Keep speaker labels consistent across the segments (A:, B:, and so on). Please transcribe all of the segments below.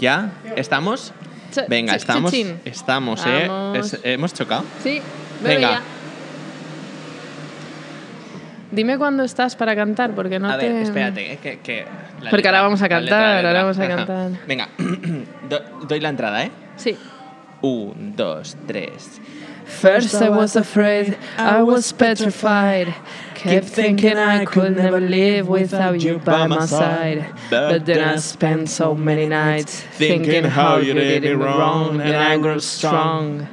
A: ¿Ya? ¿Estamos?
B: Ch-
A: Venga,
B: ch-
A: estamos.
B: chin.
A: Estamos, ¿eh?
B: Vamos.
A: Es- hemos chocado.
B: Sí, bebe
A: Venga.
B: ya. Dime cuándo estás para cantar, porque no
A: a
B: te...
A: ver, espérate, eh, que... que la
B: Porque
A: letra,
B: ahora vamos a
A: la letra, la
B: cantar, ahora
A: letra.
B: vamos a
A: Ajá.
B: cantar.
A: Venga, do- doy la entrada, ¿eh?
B: Sí.
A: Un, dos, tres.
B: First I was afraid, I was petrified. Kept thinking I could never live without you by my side. But then I spent so many nights thinking how you did me wrong, and I grew strong.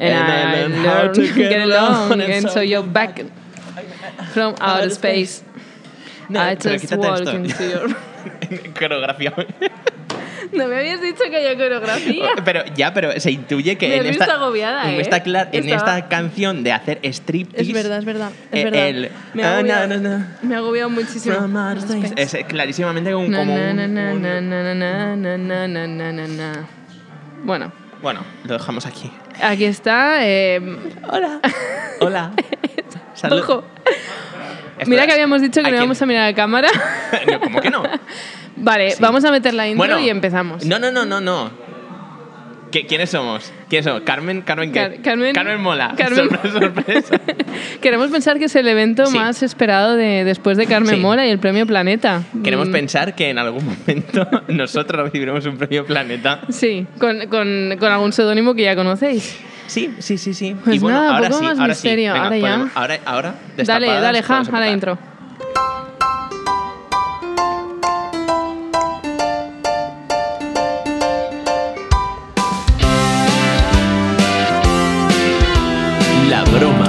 B: And I learned to get along, and so you're back from outer space.
A: No,
B: I
A: pero
B: just
A: quítate
B: walked
A: esto.
B: into your.
A: Coreografía.
B: No me habías dicho que había coreografía.
A: pero ya, pero se intuye que
B: Me
A: en
B: he
A: esta
B: visto agobiada,
A: en
B: ¿eh?
A: esta cla- en
B: Estaba-
A: esta canción de hacer striptease
B: Es verdad, es verdad. Es
A: Eh,
B: verdad.
A: el-
B: Me ha
A: Ah, no,
B: agobiado,
A: no, no.
B: Me ha agobiado muchísimo.
A: From outer space. es eh, clarísimamente un- como
B: Na,
A: un-
B: na, na,
A: un-
B: na, na, na, na, na, na, na, na, na. Bueno,
A: Bueno, lo dejamos aquí.
B: aquí está. eh,
A: Hola. Hola. Salud.
B: ojo,
A: Espera.
B: mira que habíamos dicho que
A: ¿A
B: no
A: quién?
B: íbamos a mirar a cámara.
A: No, ¿Cómo que no?
B: Vale,
A: Sí.
B: vamos a meter la intro y empezamos.
A: No, no, no, no, no. ¿Qué- ¿Quiénes somos? ¿Quiénes somos? Carmen, Carmen, qué?
B: Car- Carmen-
A: Mola.
B: Carmen-
A: Sorpresa, sorpresa.
B: Queremos pensar que es el evento
A: Sí.
B: más esperado de, después de Carmen
A: Sí.
B: Mola y el premio Planeta.
A: Queremos
B: Mm,
A: pensar que en algún momento nosotros recibiremos un premio planeta.
B: Sí, con, con- con algún seudónimo que ya conocéis.
A: Sí, sí, sí, sí.
B: Pues
A: y bueno,
B: nada,
A: ahora
B: poco
A: sí,
B: más
A: ahora
B: misterio,
A: sí. Venga,
B: ahora ya.
A: podemos- ahora, ahora,
B: Dale,
A: destapadas,
B: dale, ja,
A: podemos
B: a la
A: empezar.
B: intro.
A: La broma.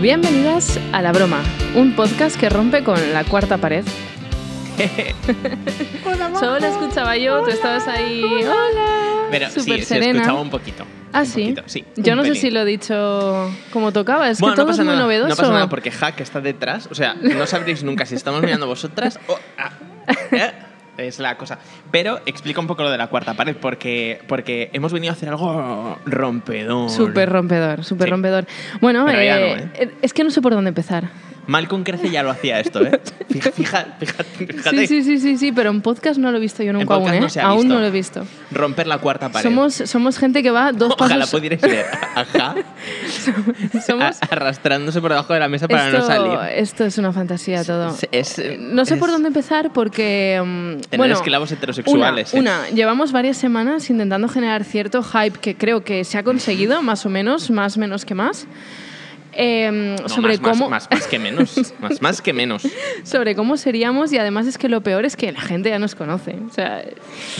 B: Bienvenidas a La Broma, un podcast que rompe con la cuarta pared. Solo escuchaba yo, tú estabas ahí. Hola.
A: Pero
B: súper
A: sí, se
B: serena.
A: escuchaba un poquito.
B: Ah,
A: un
B: sí.
A: poquito, sí,
B: Yo
A: un
B: no sé
A: pelín.
B: si lo he dicho como tocaba, es
A: bueno,
B: que todo
A: no pasa
B: es muy
A: nada,
B: novedoso.
A: No pasa nada porque Hack está detrás. O sea, no sabréis nunca si estamos mirando vosotras o. ah, eh, es la cosa. Pero explica un poco lo de la cuarta pared porque, porque hemos venido a hacer algo rompedor.
B: Súper rompedor, súper
A: Sí.
B: rompedor. Bueno,
A: Pero ya
B: eh,
A: no,
B: es que no sé por dónde empezar.
A: Malcolm crece ya lo hacía esto, ¿eh? Fija- fija- fíjate, fíjate.
B: Sí, sí, sí, sí, sí, pero en podcast no lo he visto yo nunca aún,
A: podcast
B: ¿eh?
A: no se ha
B: aún
A: visto.
B: no lo he visto.
A: Romper la cuarta pared.
B: Somos, somos gente que va dos
A: Ojalá
B: pasos.
A: pudierais ver. Ajá.
B: somos-
A: arrastrándose por debajo de la mesa para no
B: esto,
A: salir.
B: esto es una fantasía todo. Eh,
A: Es-
B: No sé
A: es-
B: por dónde empezar porque. mm,
A: Tener
B: bueno,
A: esclavos heterosexuales. ¿eh?
B: Una, una. llevamos varias semanas intentando generar cierto hype que creo que se ha conseguido, más o menos, más menos que más. em,
A: No,
B: sobre,
A: más, más,
B: cómo,
A: Más, más que menos. más, más que menos.
B: sobre cómo seríamos y además es que lo peor es que la gente ya nos conoce. o sea,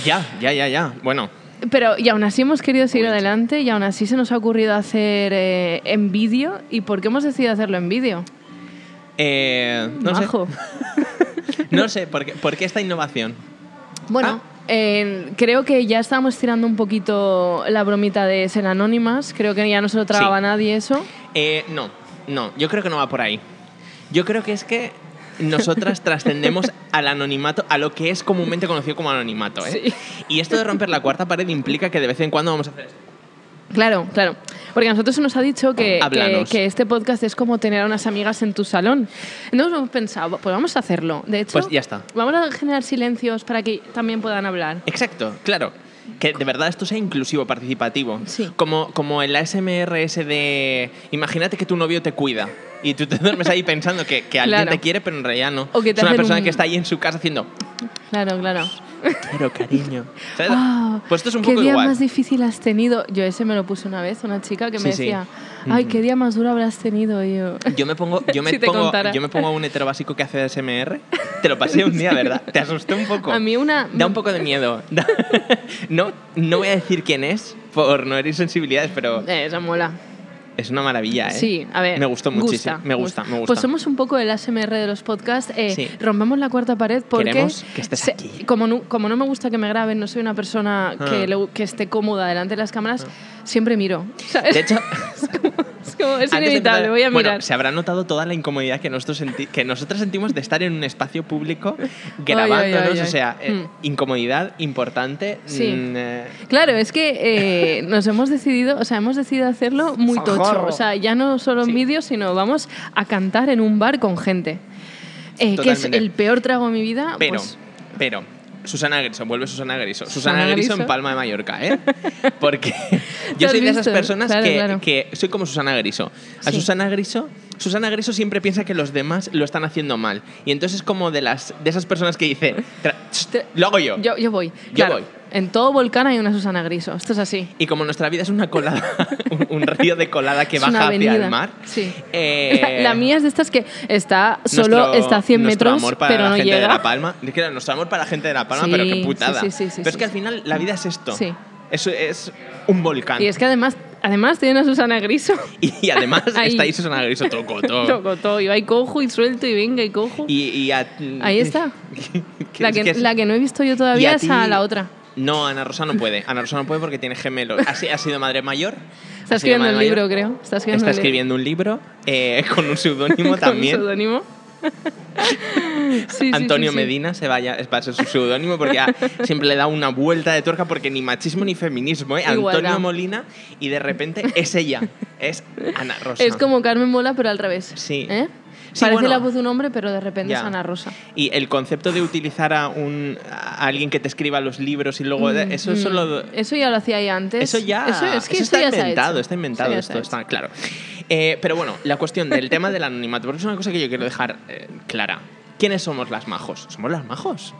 A: Ya, ya, ya, ya. Bueno,
B: pero y aún así hemos querido seguir
A: Muy bien.
B: adelante y aún así se nos ha ocurrido hacer eh, en vídeo. ¿Y por qué hemos decidido hacerlo en vídeo?
A: eh, no
B: Majo.
A: sé. No sé, ¿por qué, por qué esta innovación?
B: Bueno,
A: Ah.
B: eh, creo que ya estábamos tirando un poquito la bromita de ser anónimas. Creo que ya no se lo tragaba
A: Sí.
B: nadie eso.
A: Eh, no, no, yo creo que no va por ahí. Yo creo que es que nosotras trascendemos al anonimato, a lo que es comúnmente conocido como anonimato. ¿eh? Y esto de romper la cuarta pared implica que de vez en cuando vamos a hacer esto.
B: Claro, claro. Porque a nosotros se nos ha dicho que, que,
A: Háblanos.
B: que este podcast es como tener a unas amigas en tu salón. Entonces hemos pensado, pues vamos a hacerlo. De hecho,
A: Pues ya está.
B: vamos a generar silencios para que también puedan hablar.
A: Exacto, claro. Que de verdad esto sea inclusivo, participativo.
B: Sí.
A: Como, como el ASMR ese de... Imagínate que tu novio te cuida y tú te duermes ahí pensando que, que alguien
B: Claro.
A: te quiere, pero en realidad no.
B: O que te
A: es una
B: hacen
A: persona
B: un-
A: que está ahí en su casa haciendo...
B: Claro, claro.
A: Quiero cariño. ¿Sabes?
B: Ah,
A: pues esto es un
B: ¿Qué
A: poco
B: día
A: igual.
B: más difícil has tenido? Yo ese me lo puse una vez, una chica que me
A: Sí, sí.
B: decía, ay, qué día más duro habrás tenido. Y yo,
A: Yo me pongo, yo me
B: Si te
A: pongo,
B: contara.
A: yo me pongo a un hetero básico que hace SMR. Te lo pasé un día, ¿verdad? Te asusté un poco.
B: A mí una...
A: Da un poco de miedo. Da- No, no voy a decir quién es por no herir sensibilidades, pero
B: Eh, Esa mola.
A: es una maravilla, ¿eh?
B: Sí, a ver.
A: Me gustó muchísimo. me gusta, me gusta.
B: Pues somos un poco el ASMR de los podcasts. eh,
A: Sí.
B: Rompemos la cuarta pared porque.
A: Queremos que estés aquí.
B: Como no, como no me gusta que me graben, no soy una persona
A: Ah.
B: que, le- que esté cómoda delante de las cámaras, siempre miro. ¿sabes?
A: De hecho,
B: como,
A: Antes
B: es
A: de
B: inevitable,
A: empezar-
B: voy a
A: bueno,
B: mirar.
A: se habrá notado toda la incomodidad que nosotros senti- que nosotros sentimos de estar en un espacio público grabándonos,
B: ay, ay.
A: o sea, eh,
B: Mm.
A: incomodidad importante.
B: Sí.
A: mm, eh,
B: Claro, es que eh, nos hemos decidido, o sea, hemos decidido hacerlo muy tocho.
A: Socorro.
B: O sea, ya no solo en
A: Sí.
B: vídeo, sino vamos a cantar en un bar con gente. Eh, que es
A: Totalmente.
B: el peor trago de mi vida.
A: pero,
B: pues,
A: pero, Susana Griso, vuelve Susana Griso.
B: Susana
A: Susana, Griso,
B: Griso.
A: en Palma de Mallorca, ¿eh? Porque
B: ¿Te
A: yo
B: has
A: soy de esas
B: visto?
A: personas
B: Claro,
A: que,
B: claro.
A: que soy como Susana Griso. A
B: Sí.
A: Susana Griso. Susana Griso siempre piensa que los demás lo están haciendo mal. Y entonces es como de las de esas personas que dice, "Tra-
B: Te-
A: lo hago yo.
B: yo, yo voy. Claro,
A: voy.
B: En todo volcán hay una Susana Griso. Esto es así.
A: Y como nuestra vida es una colada, un, un río de colada que
B: Es una
A: baja hacia
B: avenida.
A: el mar.
B: Sí.
A: eh,
B: la mía es de estas que está solo
A: nuestro-
B: está a 100
A: nuestro
B: metros,
A: amor para
B: pero
A: la
B: no
A: gente
B: llega.
A: de La Palma. Es que era nuestro amor para la gente de La Palma,
B: Sí,
A: pero qué putada.
B: sí, sí, sí, sí,
A: pero es
B: sí,
A: que al
B: sí.
A: final la vida es esto.
B: Sí.
A: Es, es un volcán.
B: Y es que además, además tiene una Susana Griso.
A: Y además
B: Ahí.
A: está ahí Susana Griso toco, todo.
B: Loco, todo. Y va y cojo y suelto y venga y cojo.
A: Oh. Y, y a-
B: Ahí está.
A: que-
B: La que,
A: que es-
B: la que no he visto yo
A: y
B: todavía
A: a
B: es
A: ti-
B: a la otra.
A: No, Ana Rosa no puede. Ana Rosa no puede porque tiene gemelos. Ha, si- ha sido madre mayor.
B: Está
A: ha sido
B: escribiendo
A: madre
B: un
A: mayor.
B: libro, creo. Está escribiendo
A: Está
B: un libro.
A: escribiendo un libro eh, con un seudónimo
B: Con
A: también.
B: un seudónimo. Sí, sí, sí,
A: Antonio
B: sí.
A: Medina se vaya, es para ser su seudónimo porque ya siempre le da una vuelta de tuerca porque ni machismo ni feminismo, ¿eh?
B: Igualdad.
A: Antonio Molina y de repente es ella, es Ana Rosa.
B: Es como Carmen Mola, pero al revés.
A: Sí.
B: ¿Eh?
A: Sí,
B: Parece
A: bueno.
B: la voz de un hombre, pero de repente es
A: Ya.
B: Ana Rosa.
A: Y el concepto de utilizar a, un, a alguien que te escriba los libros y luego... eso
B: Mm,
A: es solo...
B: mm. Eso ya lo hacía ahí antes.
A: Eso ya,
B: Eso, es que
A: eso
B: eso
A: está,
B: ya se ha
A: inventado,
B: hecho.
A: está inventado,
B: Eso ya se
A: esto
B: ha
A: está
B: hecho.
A: claro. Eh, pero bueno, la cuestión del tema del anonimato, porque es una cosa que yo quiero dejar eh, clara. ¿Quiénes somos las majos? Somos las majos.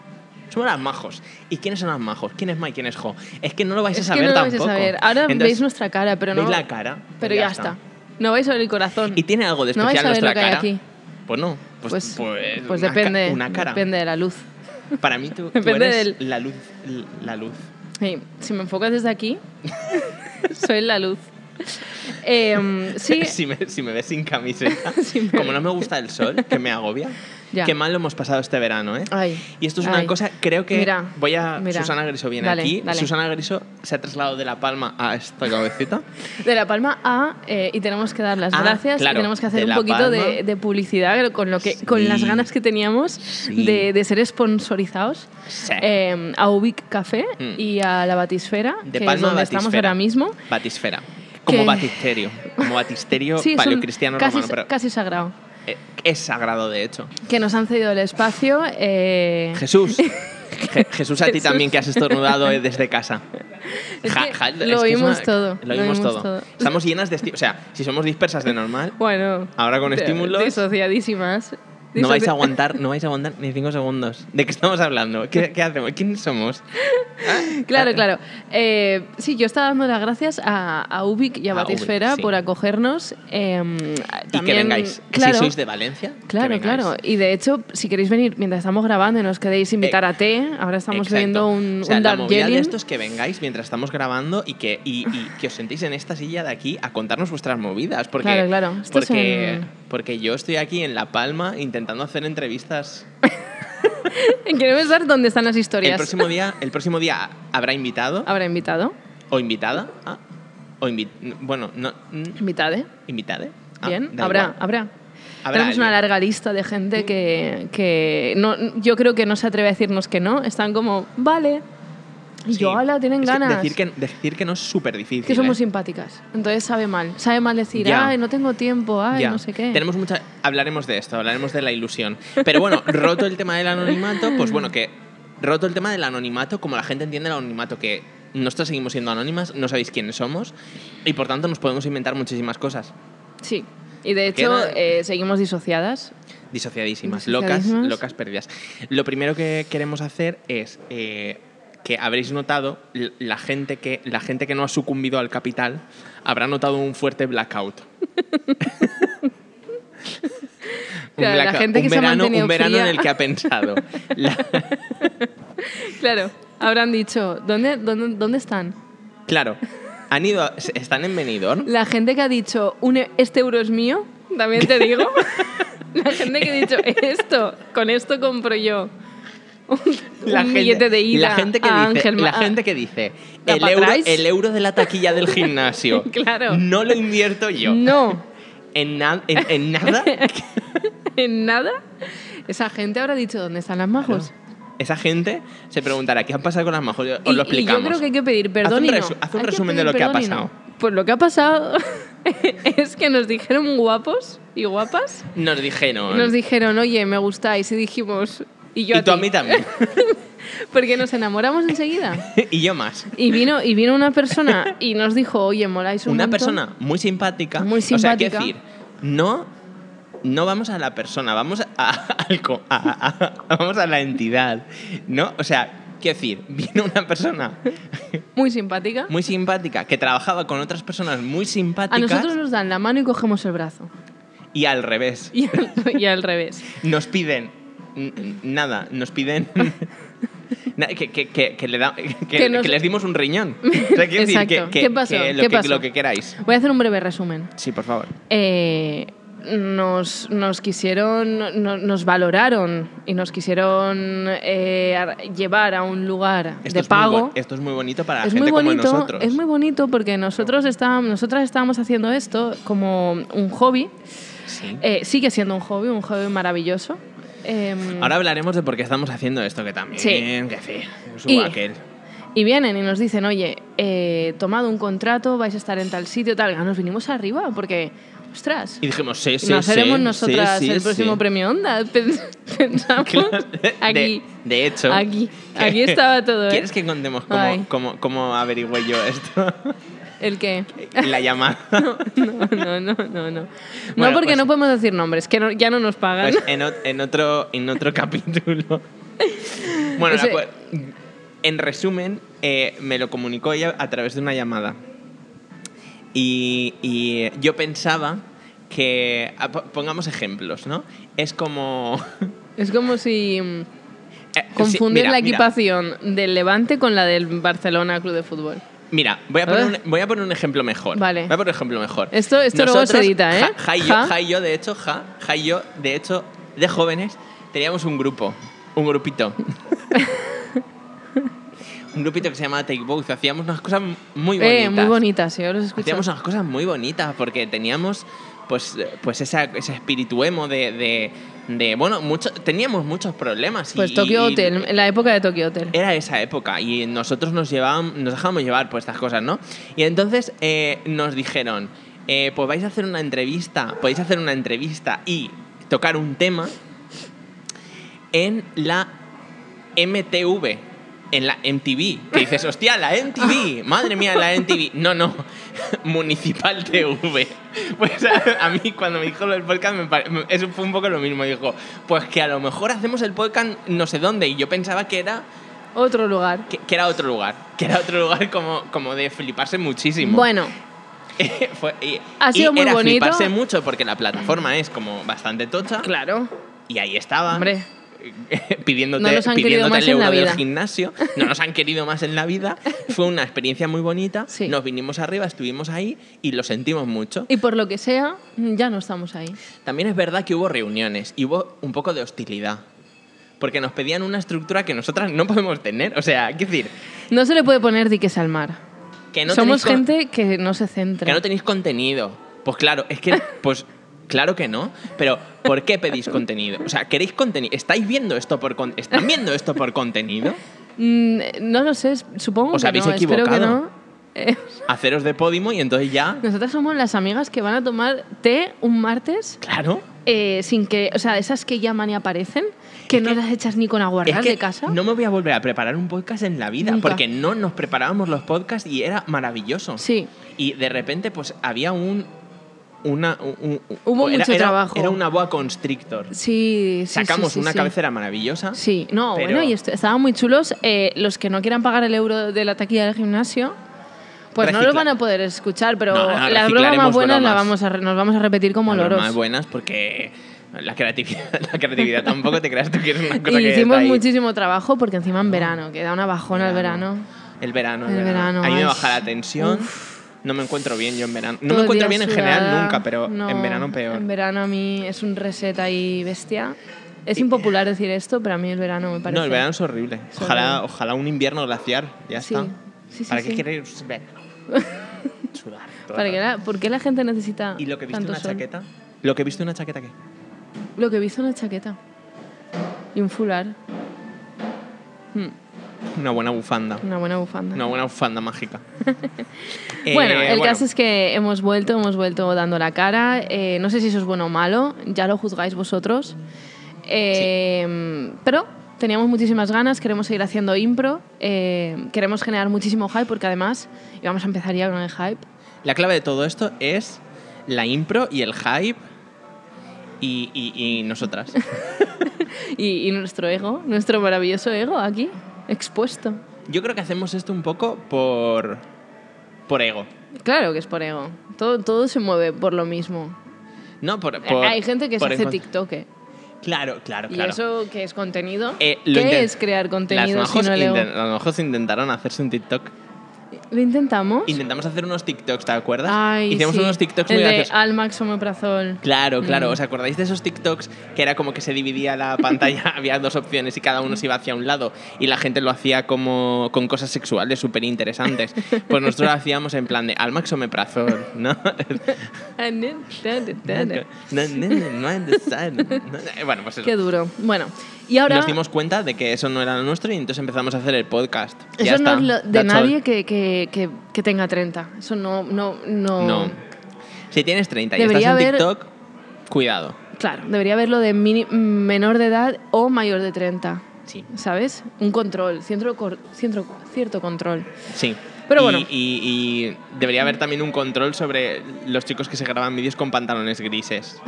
A: Somos las majos. ¿Y quiénes son las majos? ¿Quién es Ma y quién es Jo? Es que no lo vais a
B: Es que
A: saber
B: no lo vais a
A: tampoco.
B: saber. Ahora
A: Entonces,
B: veis nuestra cara, pero no.
A: veis la cara.
B: Pero ya, está. No vais a ver el corazón.
A: ¿Y tiene algo de
B: No vais
A: especial
B: a ver lo
A: nuestra
B: que hay
A: cara?
B: aquí.
A: Pues no. Pues,
B: pues,
A: pues
B: pues
A: una ca-
B: depende,
A: Una cara.
B: depende de la luz.
A: Para mí tú, tú
B: Depende
A: eres
B: del-
A: la luz. La luz.
B: Sí, si me enfocas desde aquí, soy la luz. Em, sí,
A: si, me, si me ves sin camiseta.
B: Si me-
A: Como no me gusta el sol, que me agobia.
B: Ya.
A: Qué mal lo hemos pasado este verano, ¿eh?
B: Ay,
A: y esto es una
B: ay.
A: cosa, creo que
B: Mira,
A: voy a...
B: mira.
A: Susana Griso viene
B: Dale,
A: aquí.
B: dale.
A: Susana Griso se ha trasladado de La Palma a esta cabecita.
B: de La Palma a eh, y tenemos que dar las
A: Ah,
B: gracias y
A: claro,
B: tenemos que
A: de
B: hacer un
A: La
B: poquito de,
A: Palma.
B: de publicidad con lo que con
A: Sí.
B: las ganas que teníamos
A: Sí.
B: de, de ser sponsorizados
A: Sí.
B: em, a Ubic Café
A: Mm.
B: y a la Batisfera
A: De
B: que
A: Palma
B: es donde
A: a
B: estamos
A: Batisfera.
B: ahora mismo.
A: Batisfera. Como
B: Que-
A: batisterio. Como batisterio
B: Sí, es un-
A: paleocristiano
B: casi,
A: romano. Pero
B: casi sagrado.
A: eh, es sagrado, de hecho.
B: Que nos han cedido el espacio. eh,
A: Jesús. Je- Jesús, a ti
B: Jesús.
A: también que has estornudado eh, desde casa.
B: Es
A: Ja-
B: que
A: ja-
B: lo
A: es que es
B: oímos
A: una-
B: todo,
A: Lo
B: lo
A: oímos
B: oímos
A: todo.
B: todo.
A: Estamos llenas de estímulos. O sea, si somos dispersas de normal,
B: Bueno.
A: Ahora con
B: de-
A: estímulos-
B: Disociadísimas.
A: No vais a
B: Disocia-
A: aguantar, no vais a aguantar ni cinco segundos. ¿De qué estamos hablando? ¿Qué, qué hacemos? ¿Quiénes somos?
B: Claro, claro. Eh, sí, yo estaba dando las gracias a, a Ubic y a,
A: A
B: Batisfera
A: Ubic, sí.
B: por acogernos. eh,
A: Y que
B: también-
A: vengáis.
B: Claro,
A: Si sois de Valencia, que
B: claro,
A: vengáis.
B: claro. Y de hecho, si queréis venir mientras estamos grabando y nos queréis invitar
A: Eh,
B: a té, ahora estamos
A: Exacto.
B: bebiendo un,
A: O sea,
B: un
A: la
B: dark
A: movida
B: jelly.
A: de esto es que vengáis mientras estamos grabando y que, y, y que os sentéis en esta silla de aquí a contarnos vuestras movidas. Porque,
B: Claro, claro. Esto es
A: Porque,
B: un-
A: porque yo estoy aquí en La Palma intentando hacer entrevistas.
B: Queremos ver dónde están las
A: El
B: historias.
A: próximo, día, el próximo día habrá invitado
B: Habrá invitado.
A: o invitada. ah, o invi- bueno, no, mm,
B: Invitade.
A: invitade. ah,
B: Bien,
A: da
B: habrá,
A: igual.
B: habrá.
A: Habrá
B: Tenemos una
A: alguien.
B: larga lista de gente que, que no, yo creo que no se atreve a decirnos que no. Están como, vale. Y yo,
A: Sí.
B: ala, tienen
A: Es que
B: ganas.
A: Decir que, decir que no es súper difícil.
B: que somos
A: ¿eh?
B: simpáticas. Entonces sabe mal. Sabe mal decir,
A: Ya.
B: ay, no tengo tiempo, ay,
A: Ya.
B: no sé qué.
A: Tenemos mucha... Hablaremos de esto, hablaremos de la ilusión. Pero bueno, roto el tema del anonimato, pues bueno, que roto el tema del anonimato, como la gente entiende el anonimato, que nosotros seguimos siendo anónimas, no sabéis quiénes somos y por tanto nos podemos inventar muchísimas cosas.
B: Sí. Y de hecho,
A: Queda-
B: eh, seguimos disociadas.
A: Disociadísimas, locas,
B: Disociadísimas.
A: locas perdidas. Lo primero que queremos hacer es eh, que habréis notado l- la gente que la gente que no ha sucumbido al capital habrá notado un fuerte blackout. Un
B: Claro, la
A: blackout.
B: gente
A: un
B: que se ha
A: verano,
B: mantenido
A: un verano en
B: fría.
A: el que ha pensado. La-
B: Claro. Habrán dicho, ¿dónde, dónde, ¿dónde están?
A: claro, han ido, a- están en Benidorm.
B: La gente que ha dicho, "Un e- este euro es mío, también te digo. La gente que ha dicho, esto, con esto compro yo un, un billete de ida
A: la gente que dice,
B: a Ángel Ma-
A: la gente que dice
B: ¿Da
A: el
B: pa'
A: euro,
B: atrás?
A: el euro de la taquilla del gimnasio
B: Claro.
A: no lo invierto yo
B: No,
A: en, na- en- en nada.
B: en nada, esa gente habrá dicho dónde están las majos.
A: Esa gente se preguntará qué ha pasado con las majos. Os
B: Y-
A: lo
B: y,
A: explicamos.
B: yo creo que hay que pedir perdón
A: Haz un
B: y no.
A: resu- haz un
B: Hay que
A: resumen de lo
B: pedir
A: que ha
B: perdón y no. Pues lo que ha pasado es que nos dijeron guapos y guapas.
A: Nos dijeron.
B: Nos dijeron, oye, me gustáis. Y dijimos, y yo
A: y
B: a
A: tú a
B: ti.
A: mí también.
B: Porque nos enamoramos enseguida.
A: y yo más.
B: Y vino, y vino una persona y nos dijo, oye, moláis un
A: Una
B: montón".
A: persona muy simpática.
B: Muy
A: O sea, quiero
B: simpática.
A: decir, no, no vamos a la persona, vamos a, al co- a- a- a- vamos a la entidad. ¿No? O sea, quiero decir, vino una persona
B: Muy simpática.
A: muy simpática que trabajaba con otras personas muy
B: a
A: simpáticas
B: nosotros nos dan la mano y cogemos el brazo.
A: y al revés.
B: Y al, y al revés.
A: Nos piden n- n- nada, nos piden. na- Que, que- que- que le da- que- que
B: nos-
A: les dimos un riñón. O sea, quiero decir, que,
B: Exacto.
A: que-
B: ¿Qué pasó?
A: que lo
B: ¿Qué
A: que-
B: pasó?
A: lo que queráis.
B: Voy a hacer un breve resumen.
A: Sí, por favor.
B: Eh, nos, nos quisieron, no- nos valoraron y nos quisieron eh, ar- llevar a un lugar
A: Esto
B: de
A: es muy
B: pago.
A: bon- esto es muy bonito para
B: es
A: gente
B: muy
A: como
B: bonito,
A: nosotros.
B: es muy bonito porque nosotros estábamos, nosotras estábamos haciendo esto como un hobby.
A: Sí.
B: Eh, sigue siendo un hobby, un hobby maravilloso. Em,
A: Ahora hablaremos de por qué estamos haciendo esto, que también.
B: Sí.
A: Que sí, subo
B: Y-
A: aquel.
B: Y vienen y nos dicen, oye, eh, tomad un contrato, vais a estar en tal sitio, tal. Ah, Nos vinimos arriba porque, ostras,
A: Y dijimos, sí, sí,
B: nos
A: sí,
B: haremos
A: sí,
B: nosotras
A: sí,
B: el
A: sí.
B: próximo premio Onda. Pens- Pensamos
A: Claro, de-
B: aquí.
A: De, hecho.
B: Aquí, aquí estaba todo. ¿eh?
A: ¿Quieres que contemos cómo,
B: Ay.
A: cómo, cómo averigüé yo esto?
B: ¿El qué?
A: La llamada.
B: No, no, no, no. No,
A: Bueno,
B: no porque
A: pues-
B: no podemos decir nombres, que no- ya no nos pagan.
A: Pues en, o- en otro, en otro capítulo. Bueno, la
B: Ese-
A: cu- en resumen, eh, me lo comunicó ella a través de una llamada. Y, y eh, yo pensaba que. a- po- Pongamos ejemplos, ¿no? Es como.
B: Es como si mm,
A: eh, sí,
B: confundir
A: mira,
B: la
A: mira,
B: equipación del Levante con la del Barcelona Club de Fútbol.
A: Mira, voy a, poner
B: ¿Eh?
A: un, voy a poner un ejemplo mejor.
B: Vale.
A: Voy a poner un ejemplo mejor.
B: Esto- esto luego se edita, ¿eh?
A: Ja, Ja y yo,
B: Ja.
A: Ja y yo, de hecho, ja, Ja y yo, de hecho, de jóvenes, teníamos un grupo, un grupito. un grupito que se llamaba Take Both. Hacíamos unas cosas muy bonitas.
B: Eh, muy bonitas, yo los escucho.
A: Hacíamos unas cosas muy bonitas porque teníamos pues, eh, pues esa, ese espíritu emo de... de de, bueno, mucho, teníamos muchos problemas. y-
B: Pues Tokyo
A: y- Eh,
B: Hotel, en la época de Tokyo Hotel.
A: era esa época y nosotros nos llevábamos, nos dejábamos llevar por estas cosas, ¿no? Y entonces eh, nos dijeron, eh, pues vais a hacer una entrevista, podéis hacer una entrevista y tocar un tema en la MTV, en la MTV. Que dices, hostia, la MTV, madre mía, la MTV. No, no, Municipal TV. Pues a, a mí cuando me dijo lo del podcast me pare- me- eso fue un poco lo mismo. Dijo, pues que a lo mejor hacemos el podcast no sé dónde. Y yo pensaba que era,
B: Otro lugar.
A: que, que era otro lugar, que era otro lugar como, como de fliparse muchísimo.
B: Bueno,
A: Fue- y,
B: Ha
A: y
B: sido muy
A: era
B: bonito.
A: fliparse mucho porque la plataforma es como bastante tocha.
B: claro.
A: Y ahí estaba.
B: Hombre.
A: pidiéndote,
B: No nos han querido
A: pidiéndote
B: más
A: el
B: en
A: euro
B: la
A: del
B: vida.
A: gimnasio. No nos han querido más en la vida. Fue una experiencia muy bonita.
B: Sí.
A: Nos vinimos arriba, estuvimos ahí y lo sentimos mucho.
B: Y por lo que sea, ya no estamos ahí.
A: También es verdad que hubo reuniones y hubo un poco de hostilidad. Porque nos pedían una estructura que nosotras no podemos tener. O sea, quiero decir,
B: No se le puede poner diques al mar.
A: que no
B: Somos
A: tenéis con-
B: gente que no se centra.
A: Que no tenéis contenido. Pues claro, es que, pues claro que no. Pero ¿por qué pedís contenido? O sea, queréis contenido. ¿Estáis viendo esto por con- están viendo esto por contenido?
B: Mm, no lo sé, supongo
A: ¿Os
B: que
A: habéis
B: no, espero que
A: equivocado?
B: no. Eh,
A: Haceros de Podimo y entonces ya.
B: nosotras somos las amigas que van a tomar té un martes
A: Claro.
B: eh, sin que, o sea, esas que llaman y aparecen, que no las echas ni con
A: Es
B: aguardar
A: que
B: de casa.
A: no me voy a volver a preparar un podcast en la vida,
B: Nunca.
A: porque no nos preparábamos los podcasts y era maravilloso.
B: Sí,
A: Y de repente, pues había un. Una, un- un-
B: Hubo mucho trabajo.
A: Era una boa constrictor.
B: sí, sí.
A: Sacamos
B: sí, sí,
A: una
B: sí.
A: cabecera maravillosa.
B: Sí, no,
A: Pero-
B: bueno, y est- estaban muy chulos. Eh, los que no quieran pagar el euro de la taquilla del gimnasio, pues no
A: Recicla-
B: los van a poder escuchar, pero
A: No, no,
B: las bromas
A: reciclaremos
B: más buenas las
A: bromas.
B: vamos a re- nos vamos a repetir como
A: Las
B: loros.
A: bromas buenas porque la creatividad, la creatividad tampoco te creas tú que eres una cosa
B: Y
A: que está
B: hicimos
A: ahí.
B: muchísimo trabajo porque encima en verano, que da una bajona el
A: Verano.
B: verano.
A: El verano, el,
B: El
A: verano.
B: verano,
A: Ahí me
B: ay,
A: baja la tensión. No me encuentro bien yo en verano. No
B: Todo
A: me
B: el
A: encuentro
B: día
A: bien en general
B: sudada.
A: nunca, pero
B: No,
A: en verano peor.
B: En verano a mí es un reset ahí bestia. Es impopular decir esto, pero a mí el verano me parece.
A: No, el verano es horrible.
B: Es
A: Ojalá,
B: horrible.
A: ojalá un invierno glaciar. Ya
B: Sí,
A: está.
B: sí, sí,
A: ¿Para qué
B: sí.
A: queréis verano? Sudar. todo
B: Para
A: el
B: que
A: rato.
B: la- ¿Por qué la gente necesita
A: ¿Y lo que viste
B: tanto
A: una
B: sol?
A: chaqueta? ¿Lo que viste una chaqueta qué?
B: Lo que he visto una chaqueta. Y un fular. Mm,
A: Una buena bufanda.
B: Una buena bufanda.
A: Una buena bufanda mágica. Eh,
B: Bueno, el caso es que hemos vuelto, hemos vuelto dando la cara. Eh, no sé si eso es bueno o malo, ya lo juzgáis vosotros. Eh, Pero teníamos muchísimas ganas, queremos seguir haciendo impro, eh, queremos generar muchísimo hype porque además íbamos a empezar ya con el hype.
A: La clave de todo esto es la impro y el hype y, y- y nosotras.
B: Y, y nuestro ego, nuestro maravilloso ego aquí, expuesto.
A: Yo creo que hacemos esto un poco por, por ego.
B: Claro que es por ego. Todo, todo se mueve por lo mismo.
A: No, por, por-
B: Ah, Hay gente que se
A: por
B: hace
A: encon-
B: TikTok. eh.
A: Claro, claro,
B: Y
A: claro.
B: eso que es contenido.
A: Eh, lo inten-
B: ¿Qué es crear contenido
A: Las
B: si
A: majos
B: no el ego?
A: inten- las majos intentaron hacerse un TikTok.
B: ¿Lo intentamos?
A: Intentamos hacer unos TikToks, ¿te acuerdas?
B: Ay,
A: Hicimos
B: sí.
A: unos TikToks muy
B: El de
A: graciosos.
B: Almax Omeprazol.
A: Claro, claro.
B: Mm.
A: ¿Os acordáis de esos TikToks que era como que se dividía la pantalla? Había dos opciones y cada uno se iba hacia un lado y la gente lo hacía como con cosas sexuales súper interesantes. Pues nosotros lo hacíamos en plan de Almax omeprazol, ¿no? No, no, no, no understand. No, no. bueno, pues
B: Qué
A: eso.
B: duro. Bueno, y ahora...
A: Nos dimos cuenta de que eso no era lo nuestro y entonces empezamos a hacer el podcast.
B: eso
A: Ya
B: no
A: está.
B: es lo- de
A: That's
B: nadie
A: all.
B: que, que- que- que tenga 30. Eso no... no, no.
A: No. Si tienes 30 y
B: Debería
A: estás en
B: haber-
A: TikTok, cuidado.
B: Claro, debería haberlo de mini- menor de edad o mayor de 30.
A: Sí.
B: ¿Sabes? Un control, centro, cor- centro- cierto control.
A: Sí.
B: Pero
A: Y-
B: bueno.
A: Y, y debería haber también un control sobre los chicos que se graban vídeos con pantalones grises.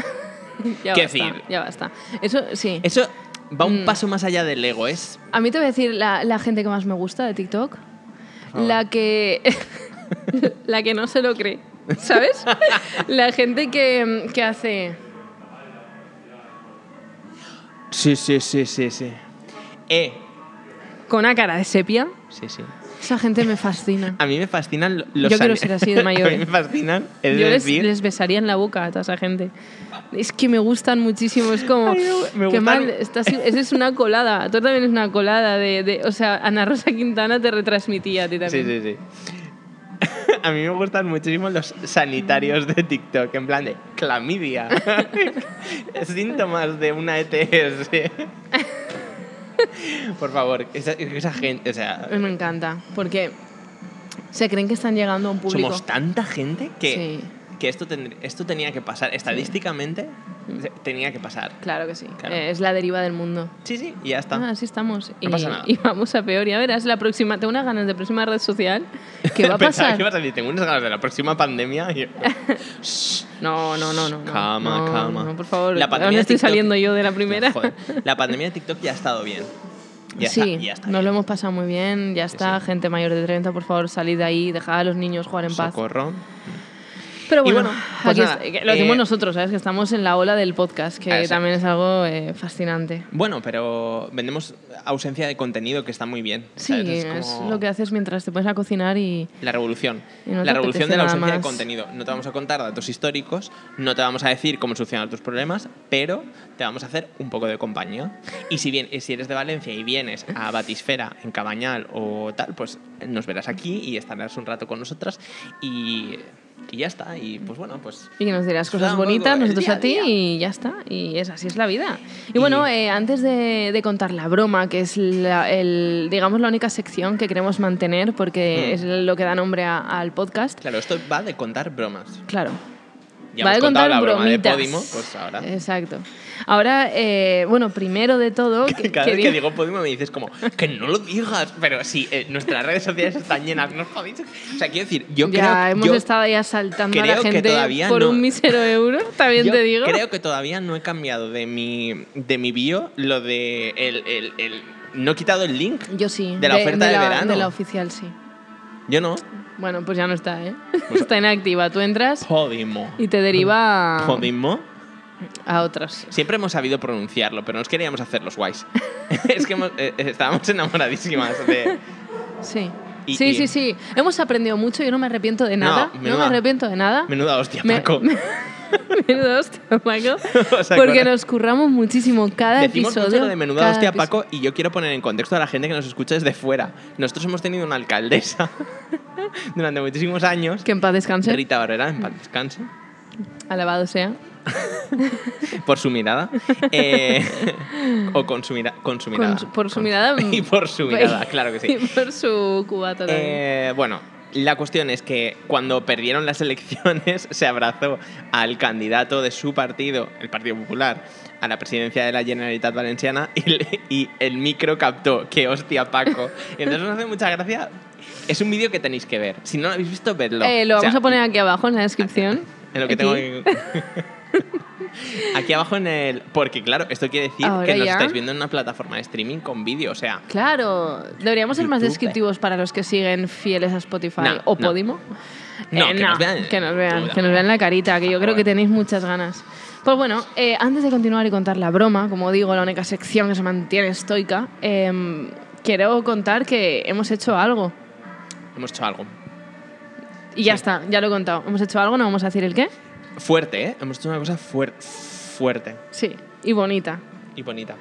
B: Ya
A: ¿Qué
B: basta,
A: decir?
B: Ya basta. Eso sí.
A: Eso va un
B: Mm.
A: paso más allá del ego, es.
B: A mí te voy a decir la, la gente que más me gusta de TikTok.
A: favor.
B: La que. la que no se lo cree. ¿Sabes? la gente que, que hace.
A: Sí, sí, sí, sí, sí. Eh.
B: con una cara de sepia.
A: Sí, sí.
B: Esa gente me fascina.
A: A mí me fascinan lo- los
B: Yo quiero
A: ani-
B: ser así de mayor. ¿eh?
A: A mí me fascinan, es
B: Yo les,
A: decir,
B: les besaría en la boca a toda esa gente. Es que me gustan muchísimo. Es como.
A: Ay, me- me
B: qué
A: gustan-
B: mal. Estás, esa es una colada. Tú también es una colada. De, de- o sea, Ana Rosa Quintana te retransmitía a ti
A: Sí,
B: también.
A: sí, sí. A mí me gustan muchísimo los sanitarios de TikTok, en plan de clamidia. Síntomas de una E ETS. Por favor, esa, esa gente, o sea,
B: Me encanta. Porque se creen que están llegando a un público.
A: somos tanta gente que,
B: Sí.
A: que esto, ten- esto tenía que pasar, estadísticamente se- tenía que pasar.
B: Claro que sí.
A: Claro.
B: Eh, es la deriva del mundo.
A: Sí, sí, y ya está.
B: Ah, así estamos. y,
A: pasa nada.
B: y vamos a peor. Ya verás, la próxima. Tengo unas ganas de próxima red social. ¿Qué va
A: Pensaba
B: a pasar?
A: que ibas a decir, tengo unas ganas de la próxima pandemia. Y yo, "Shh,
B: No, no, no, no. no.
A: Calma,
B: No,
A: calma.
B: no, por favor.
A: La
B: Ahora
A: pandemia de
B: estoy
A: TikTok-
B: saliendo yo de la primera.
A: Joder, la pandemia de TikTok ya ha estado bien. Ya
B: sí,
A: está, ya está.
B: nos lo
A: bien.
B: hemos pasado muy bien. Ya está,
A: sí.
B: gente mayor de 30, por favor, salid de ahí, dejad a los niños jugar en paz.
A: Socorro.
B: Pero
A: Y
B: bueno,
A: bueno, pues
B: aquí
A: nada,
B: es- que lo hacemos
A: eh,
B: nosotros, ¿sabes? Que estamos en la ola del podcast,
A: Ah,
B: que
A: sí.
B: también es algo eh, fascinante.
A: Bueno, pero vendemos ausencia de contenido que está muy bien.
B: Sí,
A: ¿sabes?
B: es,
A: como
B: lo que haces mientras te pones a cocinar y...
A: La revolución.
B: Y no te
A: la revolución de la
B: apetece
A: ausencia
B: nada
A: de
B: más.
A: contenido. No te vamos a contar datos históricos, no te vamos a decir cómo solucionar tus problemas, pero te vamos a hacer un poco de compañía. Y si bien, si eres de Valencia y vienes a Batisfera, en Cabañal o tal, pues nos verás aquí y estarás un rato con nosotras y, y ya está. Y pues bueno, pues
B: Y que nos dirás cosas
A: Ah, un poco
B: bonitas,
A: el
B: nosotros
A: día
B: a
A: a
B: ti,
A: día.
B: y ya está. Y es así es la vida. Y,
A: Y-
B: bueno, eh, antes de, de contar la broma, que es la, el, digamos la única sección que queremos mantener, porque
A: Mm.
B: es lo que da nombre a- al podcast.
A: claro, esto va de contar bromas.
B: Claro.
A: Ya
B: va
A: hemos
B: de
A: contado
B: contar
A: la broma de
B: bromitas.
A: Podimo, pues ahora.
B: Exacto. Ahora, eh, bueno, primero de todo. que-
A: Cada vez
B: quería-
A: que digo Podimo me dices como, que no lo digas, pero sí, eh, nuestras redes sociales están llenas, no os podéis... O sea, quiero decir, yo
B: ya
A: creo...
B: hemos
A: yo-
B: estado ahí asaltando a la
A: creo que
B: gente
A: todavía
B: por
A: no-
B: un mísero euro, también
A: yo
B: te digo.
A: creo que todavía no he cambiado de mi, de mi bio lo de el, el- el- No he quitado el link.
B: Yo sí.
A: De la oferta de
B: la-
A: verano.
B: De la oficial, sí.
A: Yo no.
B: Bueno, pues ya no está, ¿eh? está inactiva. Tú entras
A: Podimo.
B: y te deriva a,
A: Podimo.
B: a otras.
A: Siempre hemos sabido pronunciarlo, pero nos queríamos hacer los guays. es que hemos- eh, eh, estábamos enamoradísimas de...
B: Sí.
A: Y-
B: sí,
A: y-
B: sí, sí. Hemos aprendido mucho. Yo no me arrepiento de
A: No,
B: nada. No,
A: menuda-
B: me arrepiento de nada.
A: Menuda hostia,
B: Me-
A: Paco.
B: me- Menuda hostia, Paco.
A: ¿Os acordáis?
B: Porque nos curramos muchísimo cada
A: Decimos
B: episodio.
A: mucho lo de menuda
B: cada
A: hostia,
B: episodio.
A: Paco, y yo quiero poner en contexto a la gente que nos escucha desde fuera. Nosotros hemos tenido una alcaldesa durante muchísimos años,
B: Que en paz descanse.
A: Rita Barrera, en paz descanse,
B: Alabado sea.
A: por su mirada. eh, o con su, mira- con su mirada.
B: Con- por su
A: Con-
B: mirada.
A: Y por su mirada, claro que sí.
B: Y por su cubata también.
A: Eh, bueno, la cuestión es que cuando perdieron las elecciones se abrazó al candidato de su partido, el Partido Popular, a la presidencia de la Generalitat Valenciana y, le- y el micro captó que hostia Paco. Y entonces nos hace mucha gracia. Es un vídeo que tenéis que ver. Si no lo habéis visto, vedlo.
B: Eh, lo
A: O
B: vamos
A: sea,
B: a poner aquí abajo en la descripción.
A: en lo que
B: Aquí.
A: tengo que- Aquí abajo en el... Porque claro, esto quiere decir
B: Ahora
A: que nos
B: ya. Eh,
A: estáis viendo en una plataforma de streaming con vídeo. O sea,
B: Claro, deberíamos ser más
A: YouTube. eh.
B: descriptivos para los que siguen fieles a Spotify
A: No,
B: o
A: no.
B: Podimo.
A: No, que nos vean.
B: Eh, Que nos vean,
A: Duda.
B: que nos vean la carita,
A: Ah,
B: que yo creo que tenéis muchas ganas. Pues bueno, eh, antes de continuar y contar la broma, como digo, la única sección que se mantiene estoica, em, quiero contar que hemos hecho algo.
A: hemos hecho algo.
B: Y ya está, ya lo he contado. Hemos hecho algo, no vamos a decir el qué.
A: Fuerte, ¿eh? Hemos hecho una cosa fuer- fuerte
B: Sí, y bonita.
A: y bonita.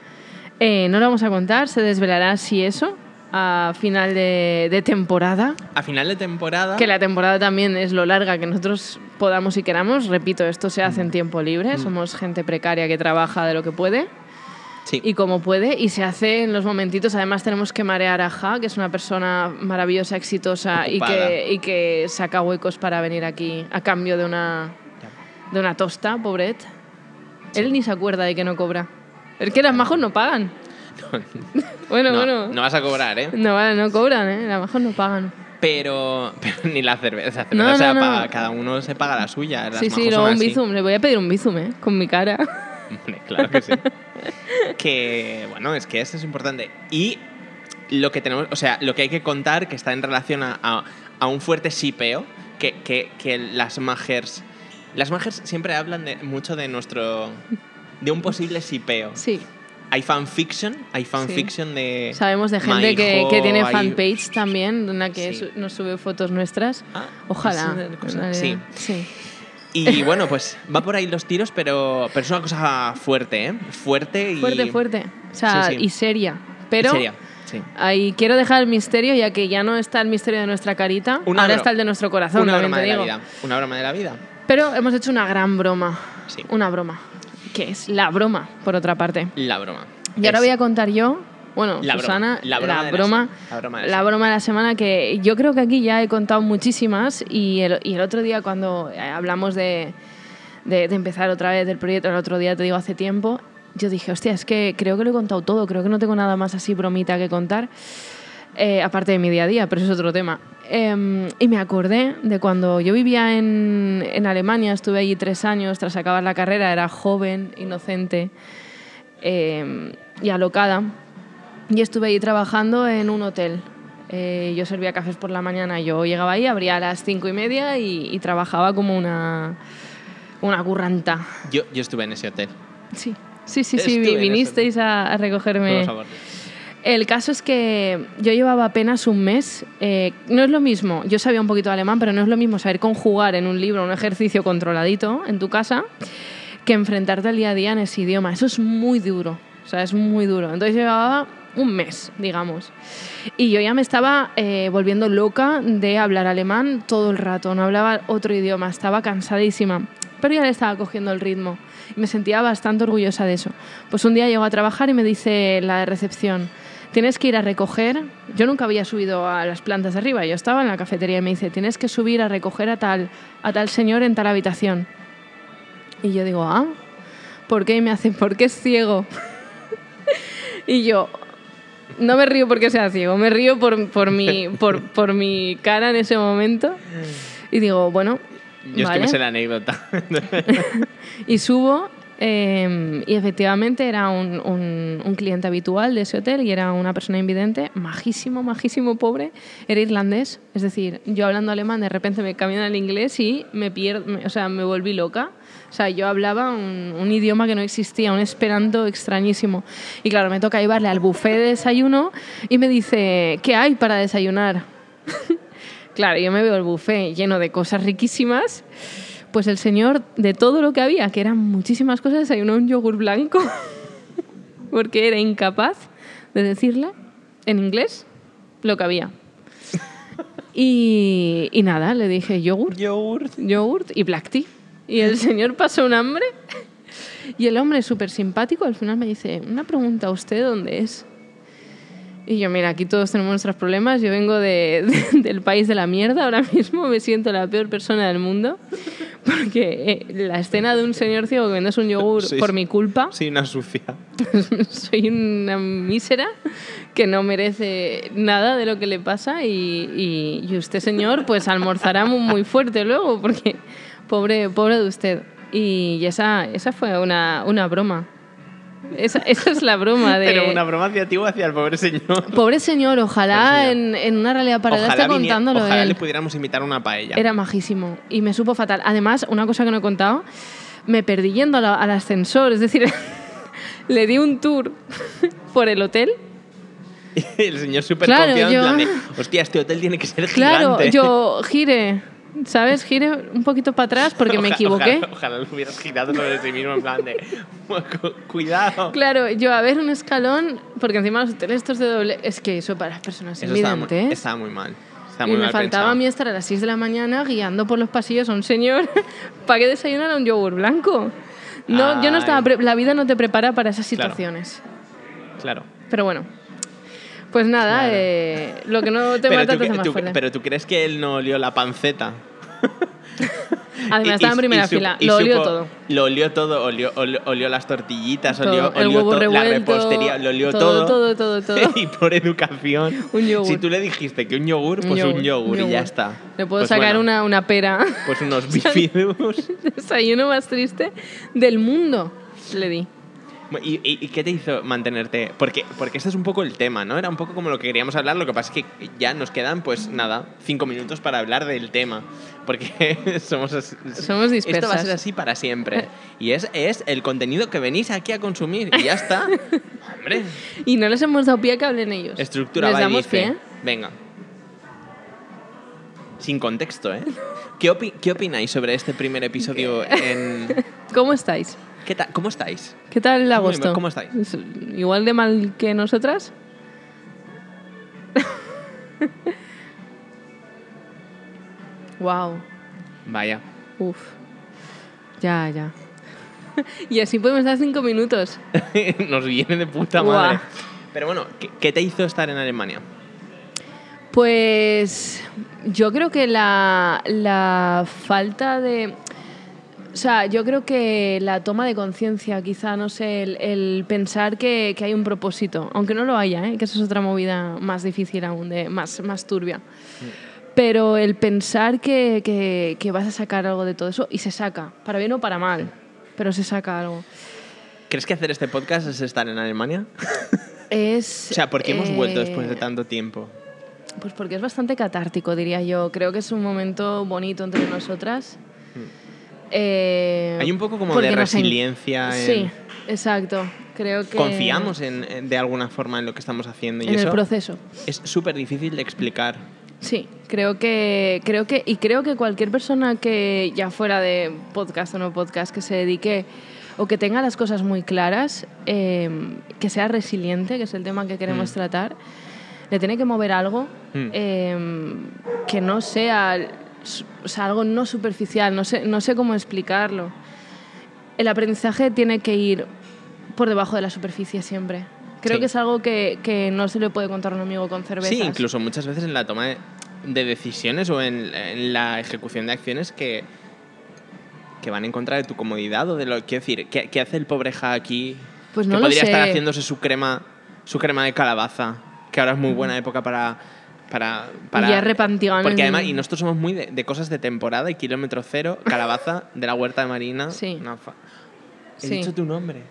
B: Eh, no lo vamos a contar, se desvelará si eso a final de, de temporada.
A: A final de temporada.
B: Que la temporada también es lo larga que nosotros podamos y queramos. Repito, esto se hace en
A: Mm.
B: tiempo libre. Somos gente precaria que trabaja de lo que puede
A: Sí.
B: y como puede. Y se hace en los momentitos. Además, tenemos que marear a Ja, que es una persona maravillosa, exitosa y
A: Ocupada.
B: que, y que saca huecos para venir aquí a cambio de una, de una tosta, pobret. Él ni se acuerda de que no cobra. Es que las majos no pagan. bueno,
A: no,
B: bueno.
A: no vas a cobrar, ¿eh?
B: No, vale, no cobran, ¿eh? Las majos no pagan.
A: Pero, pero ni la cerveza. La cerveza
B: No, no,
A: se la
B: no.
A: paga- cada uno se paga la suya. las
B: Sí,
A: majos
B: sí,
A: son
B: luego un
A: así.
B: bizum. Le voy a pedir un bizum, ¿eh? Con mi cara.
A: Hombre, claro que sí. que, bueno, es que eso es importante. Y lo que tenemos, o sea, lo que hay que contar que está en relación a, a- a un fuerte sipeo, que, que, que las magers. Las magers siempre hablan de, mucho de nuestro. de un posible sipeo.
B: Sí.
A: Hay fanfiction, hay fanfiction de.
B: Sabemos de gente que,
A: Maijo,
B: que tiene
A: Eh, hay-
B: fanpage también, en la que
A: Sí.
B: su- nos sube fotos nuestras.
A: Ah,
B: Ojalá.
A: esa cosa.
B: Sí.
A: Sí.
B: sí.
A: Y bueno, pues va por ahí los tiros, pero, pero es una cosa fuerte, ¿eh? Fuerte y.
B: Fuerte, fuerte. O sea,
A: Sí, sí.
B: y seria. Pero
A: Seria, sí.
B: ahí quiero dejar el misterio, ya que ya no está el misterio de nuestra carita,
A: Una
B: ahora
A: bro-
B: está el de nuestro corazón,
A: Una
B: también
A: broma
B: te
A: de la
B: digo.
A: vida. Una broma de la vida.
B: Pero hemos hecho una gran broma.
A: Sí.
B: Una broma. Que es la broma, por otra parte.
A: La broma.
B: Y ahora
A: Es-
B: voy a contar yo, bueno,
A: La broma,
B: Susana,
A: la broma de la
B: broma,
A: se- la broma de la
B: la
A: se-
B: broma de la semana que yo creo que aquí ya he contado muchísimas y el, y el otro día cuando eh, hablamos de, de- de empezar otra vez del proyecto, el otro día te digo hace tiempo, yo dije, hostia, es que creo que lo he contado todo, creo que no tengo nada más así bromita que contar, eh, aparte de mi día a día, pero eso es otro tema. Em, y me acordé de cuando yo vivía en, en Alemania, estuve allí tres años tras acabar la carrera, era joven, inocente eh, y alocada. Y estuve ahí trabajando en un hotel. Eh, yo servía cafés por la mañana, yo llegaba ahí, abría a las cinco y media y, y trabajaba como una, una curranta.
A: Yo, yo estuve en ese hotel.
B: Sí, sí, sí, sí,
A: Estuve
B: vi-
A: en
B: vinisteis a, a recogerme.
A: Por favor.
B: El caso es que yo llevaba apenas un mes. eh, no es lo mismo, yo sabía un poquito de alemán, pero no es lo mismo saber conjugar en un libro un ejercicio controladito en tu casa que enfrentarte al día a día en ese idioma. Eso es muy duro, o sea, es muy duro. Entonces llevaba un mes, digamos. Y yo ya me estaba eh, volviendo loca de hablar alemán todo el rato, no hablaba otro idioma, estaba cansadísima, pero ya le estaba cogiendo el ritmo y me sentía bastante orgullosa de eso. Pues un día llego a trabajar y me dice la de recepción, tienes que ir a recoger, yo nunca había subido a las plantas de arriba, yo estaba en la cafetería y me dice, tienes que subir a recoger a tal, a tal señor en tal habitación. Y yo digo, ah, ¿por qué? Y me hace, ¿por qué es ciego? y yo, no me río porque sea ciego, me río por, por, mi, por, por mi cara en ese momento. Y digo, bueno,
A: Yo es que
B: vale".
A: me sé la anécdota.
B: y subo eh, y efectivamente era un, un- un cliente habitual de ese hotel y era una persona invidente, majísimo, majísimo, pobre, era irlandés. Es decir, yo hablando alemán de repente me cambian al inglés y me pierdo, me- o sea, me volví loca. O sea, yo hablaba un, un idioma que no existía, un esperanto extrañísimo. Y claro, me toca llevarle al buffet de desayuno y me dice, ¿qué hay para desayunar? Claro, yo me veo el buffet lleno de cosas riquísimas, Pues el señor, de todo lo que había, que eran muchísimas cosas, desayunó un yogur blanco porque era incapaz de decirle en inglés lo que había. Y, y nada, le dije yogurt,
A: Yogurt.
B: yogurt y black tea. Y el señor pasó un hambre. Y el hombre, súper simpático, al final me dice, una pregunta, ¿usted dónde es? Y yo, mira, aquí todos tenemos nuestros problemas, yo vengo de- de- del país de la mierda, ahora mismo me siento la peor persona del mundo, porque eh, la escena de un señor ciego que vendes un yogur
A: Sí,
B: por
A: sí.
B: mi culpa,
A: Sí, una sucia.
B: soy una mísera que no merece nada de lo que le pasa y, y- y usted, señor, pues almorzará muy, muy fuerte luego, porque pobre, pobre de usted. Y esa, esa fue una, una broma. Esa, esa es la broma de...
A: Pero una broma hacia ti o hacia el pobre señor.
B: Pobre señor, ojalá
A: Pobre
B: en, en una realidad paralela
A: ojalá
B: esté
A: viniera-
B: contándolo
A: ojalá
B: él.
A: le pudiéramos invitar a una paella.
B: Era majísimo y me supo fatal. Además, una cosa que no he contado, me perdí yendo a la- al ascensor, es decir, le di un tour por el hotel.
A: el señor súper
B: Claro,
A: confiado
B: yo-
A: en plan de, hostia, este hotel tiene que ser
B: Claro,
A: gigante.
B: yo gire, ¿sabes? Gire un poquito para atrás porque me
A: Oja-
B: equivoqué.
A: Ojalá, ojalá lo hubieras girado sobre sí mismo en plan de, "Cu- cuidado.
B: Claro, yo a ver un escalón, porque encima los hoteles estos de doble, es que eso para las personas
A: Eso estaba,
B: invidentes.
A: muy, estaba muy mal. Estaba
B: ¿eh? y
A: muy
B: me
A: mal
B: faltaba a mí
A: pensado.
B: estar a las 6 de la mañana guiando por los pasillos a un señor para que desayunara un yogur blanco. No, yo no estaba
A: Ay.
B: pre- la vida no te prepara para esas
A: Claro.
B: situaciones.
A: Claro.
B: Pero bueno. Pues nada,
A: Claro.
B: eh, lo que no te mata
A: pero,
B: te
A: tú,
B: hace
A: cre-
B: más
A: tú-
B: fuerte.
A: pero tú crees que él no olió la panceta.
B: Además
A: Y-
B: estaba en
A: y-
B: primera
A: y su-
B: fila,
A: y
B: lo olió
A: supo-
B: todo.
A: Lo olió todo, olió, olió- olió las tortillitas,
B: Todo,
A: olió,
B: el
A: olió
B: huevo
A: to- la
B: revuelto,
A: repostería, lo olió
B: todo,
A: todo.
B: todo, todo, todo.
A: y por educación.
B: Un yogur.
A: Si tú le dijiste que un yogur, pues un yogur, y ya está.
B: Le puedo
A: Pues
B: sacar
A: bueno,
B: una, una pera.
A: Pues unos bifidus.
B: Desayuno más triste del mundo, le di.
A: ¿Y, y, y qué te hizo mantenerte? Porque, porque este es un poco el tema, ¿no? Era un poco como lo que queríamos hablar, lo que pasa es que ya nos quedan, pues nada, cinco minutos para hablar del tema. Porque somos así-
B: Somos
A: Esto va a
B: dispersas.
A: ser así para siempre. Y es, es el contenido que venís aquí a consumir. Y ya está. Hombre,
B: Y no les hemos dado pie a que hablen ellos.
A: estructura
B: Les
A: va y
B: damos
A: dice,
B: pie.
A: Venga. Sin contexto, ¿eh? ¿Qué, opi- ¿Qué opináis sobre este primer episodio en...
B: ¿Cómo estáis?
A: ¿Qué tal? ¿Cómo estáis?
B: ¿Qué tal el
A: Muy
B: agosto?
A: bien, ¿cómo estáis?
B: ¿Es ¿Igual de mal que nosotras? wow.
A: Vaya.
B: Uf. Ya, ya. y así podemos dar cinco minutos.
A: Nos viene de puta
B: Buah.
A: madre. Pero bueno, ¿qué, qué te hizo estar en Alemania?
B: Pues yo creo que la, la falta de... O sea, yo creo que la toma de conciencia, quizá, no sé, el, el pensar que, que hay un propósito, aunque no lo haya, ¿eh? que eso es otra movida más difícil aún, de, más, más turbia. Pero el pensar que, que- que vas a sacar algo de todo eso, y se saca, para bien o para mal, pero se saca algo.
A: ¿Crees que hacer este podcast es estar en Alemania?
B: Es,
A: O sea, ¿por qué hemos vuelto
B: eh,
A: después de tanto tiempo?
B: Pues porque es bastante catártico, diría yo. Creo que es un momento bonito entre nosotras. Eh,
A: Hmm. Hay un poco como
B: porque
A: de
B: nos en-
A: resiliencia. en-
B: Sí, exacto. Creo que...
A: Confiamos en, en- de alguna forma en lo que estamos haciendo y
B: en el
A: eso
B: proceso.
A: es súper difícil de explicar.
B: Sí, creo que, creo que, y creo que cualquier persona que ya fuera de podcast o no podcast, que se dedique o que tenga las cosas muy claras, eh, que sea resiliente, que es el tema que queremos
A: Mm.
B: tratar, le tiene que mover algo
A: Mm.
B: eh, que no sea, su- o sea, algo no superficial, no sé, no sé cómo explicarlo. El aprendizaje tiene que ir por debajo de la superficie siempre. Creo
A: Sí.
B: que es algo que, que no se le puede contar a un amigo con cervezas.
A: Sí, incluso muchas veces en la toma de, de decisiones o en, en la ejecución de acciones que, que van en contra de tu comodidad o de lo quiero decir, ¿qué, qué hace el pobreja aquí?
B: Pues
A: que
B: no lo
A: podría estar
B: sé.
A: haciéndose su crema, su crema de calabaza, que ahora es muy buena época para para, para
B: Mm. ya repantigando
A: porque
B: el-
A: además y nosotros somos muy de, de cosas de temporada y kilómetro cero calabaza de la huerta de Marina
B: Sí.
A: una fa- he
B: Sí.
A: dicho tu nombre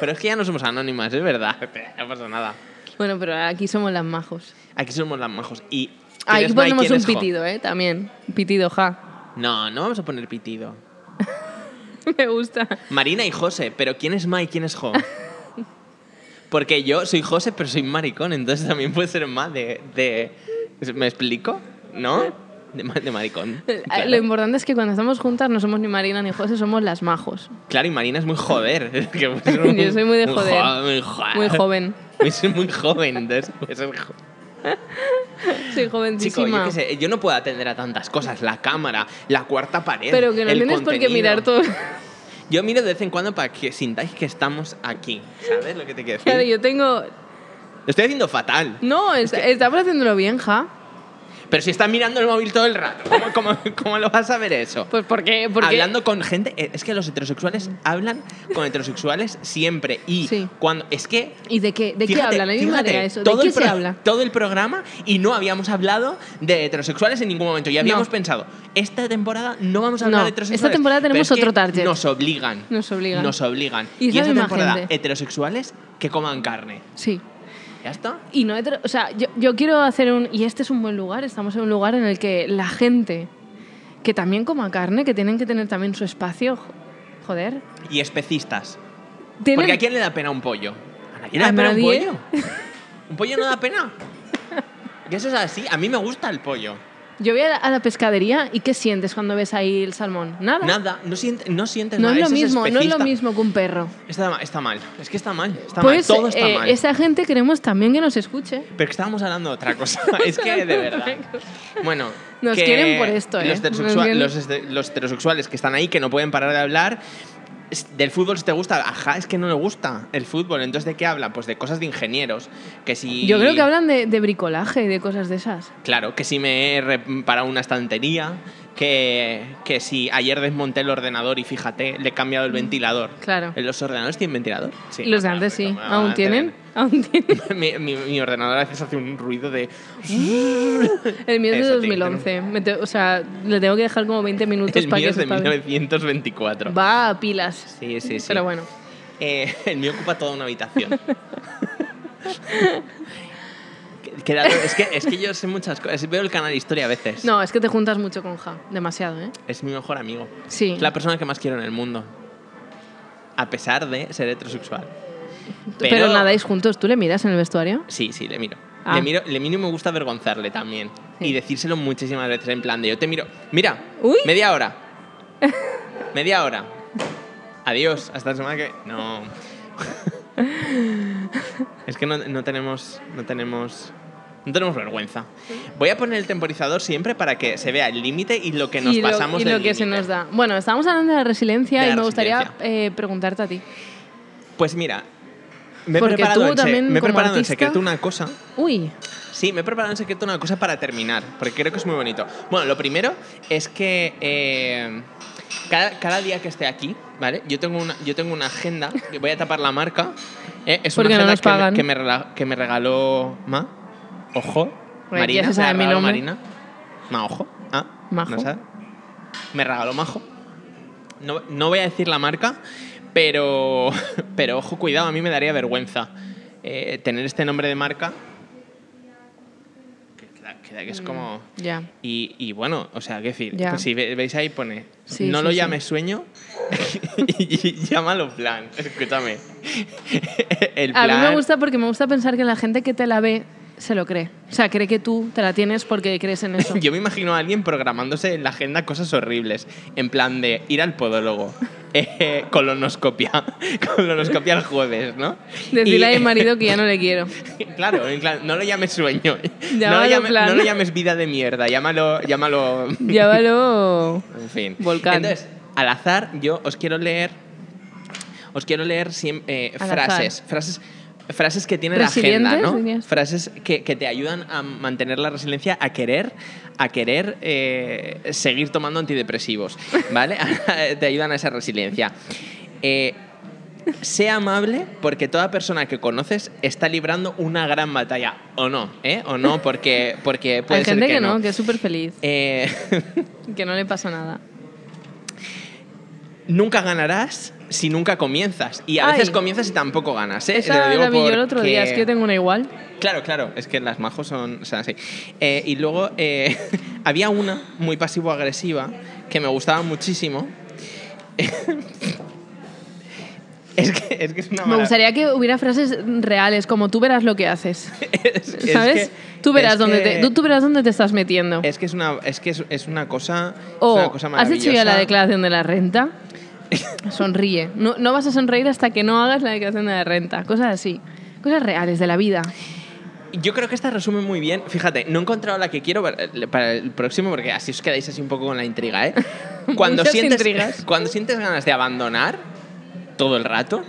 A: pero es que ya no somos anónimas es verdad no pasa nada
B: Bueno, pero aquí somos las majos.
A: Aquí somos las majos. Y ¿quién
B: Aquí
A: es Mai,
B: ponemos
A: quién
B: un
A: es Jo?
B: pitido, ¿eh? También. Pitido, ja.
A: No, no vamos a poner pitido.
B: Me gusta.
A: Marina y José, pero ¿quién es Mai y quién es Jo? Porque yo soy José, pero soy maricón, entonces también puede ser Ma de. de- ¿Me explico? ¿No? De, ma- de maricón.
B: Eh, Lo
A: Claro.
B: importante es que cuando estamos juntas no somos ni Marina ni José, somos las majos.
A: Claro, y Marina es muy joder. que es
B: Yo soy muy de joder.
A: jo- Muy, joder.
B: Muy joven.
A: Soy muy joven, entonces. pues, es jo-
B: Soy
A: Chico,
B: jovencísima.
A: yo qué sé, yo no puedo atender a tantas cosas. La cámara, la cuarta pared.
B: Pero que no
A: el
B: tienes por qué
A: contenido.
B: mirar todo.
A: Yo miro de vez en cuando para que sintáis que estamos aquí. ¿Sabes lo que te quiero decir?
B: Claro, yo tengo.
A: Lo estoy haciendo fatal.
B: No, está- estamos haciéndolo bien, ja.
A: Pero si estás mirando el móvil todo el rato, ¿cómo, cómo- cómo lo vas a ver eso?
B: Pues porque. porque
A: Hablando con gente, eh, es que los heterosexuales hablan con heterosexuales siempre y
B: Sí.
A: cuando es que
B: ¿Y de qué, de qué
A: fíjate,
B: hablan? A mí me
A: fíjate,
B: marea eso. ¿De
A: todo
B: qué
A: el
B: se
A: pro-
B: habla?
A: Todo el programa y no habíamos hablado de heterosexuales en ningún momento y habíamos
B: No.
A: pensado esta temporada no vamos a hablar
B: No,
A: de heterosexuales.
B: esta temporada
A: pero
B: tenemos
A: es que
B: otro target.
A: Nos obligan.
B: Nos obligan.
A: Nos obligan.
B: Y es la
A: esta
B: misma
A: temporada
B: gente.
A: heterosexuales que coman carne.
B: Sí.
A: Ya está.
B: Y no hetero- O sea, yo, yo quiero hacer un. Y este es un buen lugar. Estamos en un lugar en el que la gente que también coma carne, que tienen que tener también su espacio. jo- Joder.
A: Y especistas.
B: Tienen-
A: Porque ¿a quién le da pena un pollo? ¿A nadie le
B: A
A: da pena un
B: nadie.
A: pollo? ¿Un pollo no da pena? Y eso es así. A mí me gusta el pollo.
B: Yo voy a la, a la pescadería y ¿qué sientes cuando ves ahí el salmón? Nada.
A: Nada, no, siente- no sientes
B: No
A: nada.
B: es lo
A: Eso
B: mismo, no es lo
A: especista.
B: mismo que un perro.
A: Está, ma- está mal. Es que está mal. Está
B: Pues
A: mal. Todo está
B: eh,
A: mal.
B: esa gente queremos también que nos escuche.
A: Pero que estábamos hablando de otra cosa. es que, de verdad. Bueno.
B: Nos
A: que
B: quieren por esto, ¿eh?
A: Los, heterosexua-
B: Nos quieren-
A: los este- los heterosexuales que están ahí, que no pueden parar de hablar. es- Del fútbol, si te gusta, ajá, es que no le gusta el fútbol. Entonces, ¿de qué habla? Pues de cosas de ingenieros. Que si
B: Yo creo que hablan de, de bricolaje y de cosas de esas.
A: Claro, que si me he reparado una estantería, que, que si ayer desmonté el ordenador y fíjate, le he cambiado el ventilador.
B: Mm, Claro.
A: ¿Los ordenadores tienen ventilador? Sí.
B: los de
A: Ah,
B: antes sí,
A: claro,
B: aún
A: antes
B: tienen. Aún tienen.
A: tenían. mi, mi- mi ordenador a veces hace un ruido de...
B: El mío es de
A: Eso,
B: 2011. Me te- o sea, le tengo que dejar como 20 minutos
A: El
B: para
A: mío
B: que
A: es de
B: se espabilen.
A: 1924.
B: Va a pilas.
A: Sí, sí, sí.
B: Pero bueno.
A: Eh, el mío ocupa toda una habitación. Que- que da- es, que, es que yo sé muchas cosas. Veo el canal Historia a veces.
B: No, es que te juntas mucho con Ja. Demasiado, ¿eh?
A: Es mi mejor amigo.
B: Sí.
A: Es la persona que más quiero en el mundo. A pesar de ser heterosexual.
B: pero... nadáis juntos. ¿Tú le miras en el vestuario?
A: Sí, sí, le miro.
B: Ah.
A: Le miro, le miro y me gusta avergonzarle también.
B: Sí.
A: Y decírselo muchísimas veces en plan de yo te miro. Mira,
B: Uy.
A: media hora. media hora. Adiós, hasta la semana que... No. es que no, no tenemos... No tenemos... No tenemos vergüenza. Voy a poner el temporizador siempre para que se vea el límite y lo que nos
B: y lo,
A: pasamos
B: y lo
A: del
B: que se
A: límite.
B: nos da. Bueno, estábamos hablando de la resiliencia
A: De la
B: y me gustaría
A: resiliencia.
B: eh, preguntarte a ti.
A: Pues mira, me he
B: Porque
A: preparado,
B: tú
A: en, se-
B: también
A: me he
B: como
A: preparado en
B: artista-
A: secreto una cosa.
B: Uy,
A: Sí, me he preparado en secreto una cosa para terminar, porque creo que es muy bonito. Bueno, lo primero es que eh, cada, cada día que esté aquí, ¿vale? Yo tengo una, yo tengo una agenda, que voy a tapar la marca. eh, es
B: Porque
A: una
B: no
A: agenda
B: nos
A: que me-
B: pagan.
A: que, me, rela- que me regaló Ma. Ojo.
B: Bueno,
A: Marina,
B: ya se
A: me
B: sabe mi
A: regaló
B: nombre.
A: Marina. Ma, ojo. Ah,
B: Majo.
A: ¿no sabe? Me regaló Majo. No, no voy a decir la marca, pero, pero ojo, cuidado, a mí me daría vergüenza eh, tener este nombre de marca. Que, queda- queda que es como...
B: ya.
A: Y, y bueno, o sea, qué decir,
B: Ya.
A: pues si ve- veis ahí pone,
B: Sí,
A: no
B: sí,
A: lo
B: sí.
A: llames sueño y, y llámalo plan, escúchame. El
B: A
A: plan,
B: mí me gusta porque me gusta pensar que la gente que te la ve se lo cree. O sea, cree que tú te la tienes porque crees en eso.
A: Yo me imagino a alguien programándose en la agenda cosas horribles, en plan de ir al podólogo, eh, colonoscopia, colonoscopia el jueves, ¿no?
B: Decirle
A: Y-
B: a mi marido que ya no le quiero.
A: Claro, en plan, no lo llames sueño, no
B: Llámalo
A: lo, llame-
B: plan.
A: no lo llames vida de mierda, llámalo, llámalo,
B: Llévalo.
A: en fin.
B: Volcán.
A: Entonces, al azar, yo os quiero leer, os quiero leer siem- eh,
B: Al
A: frases, frases, frases que tiene la
B: ¿Resilientes,
A: agenda, ¿no?
B: dirías?
A: Frases que, que te ayudan a mantener la resiliencia, a querer, a querer eh, seguir tomando antidepresivos, ¿vale? te ayudan a esa resiliencia. Eh, sé amable porque toda persona que conoces está librando una gran batalla. O no, ¿eh? O no, porque, porque puede
B: Hay gente
A: ser
B: que,
A: que
B: no, que es súper feliz,
A: Eh,
B: que no le pasa nada.
A: nunca ganarás si nunca comienzas. Y a veces
B: Ay.
A: comienzas y tampoco ganas, ¿eh? Te
B: Esa
A: lo digo
B: la vi yo el otro día,
A: porque-
B: es que yo tengo una igual.
A: Claro, claro, es que las majos son, son así. Eh, y luego eh, había una muy pasivo-agresiva que me gustaba muchísimo. Es que es, que es una
B: Me
A: maravilla.
B: gustaría que hubiera frases reales, como tú verás lo que haces.
A: Es- es
B: ¿Sabes?
A: que-
B: tú, verás
A: es
B: dónde
A: que-
B: te, tú, tú verás dónde te estás metiendo.
A: Es que es una, es que es, es una cosa.
B: o,
A: es una cosa
B: Oh, ¿has hecho ya la
A: maravillosa.
B: declaración de la renta? Sonríe. No, no vas a sonreír hasta que no hagas la declaración de la renta. Cosas así. Cosas reales de la vida.
A: Yo creo que esta resume muy bien. Fíjate, no he encontrado la que quiero para el- para el próximo, porque así os quedáis así un poco con la intriga, ¿eh? Cuando,
B: Muchas
A: sientes,
B: intrigas.
A: cuando sientes ganas de abandonar todo el rato,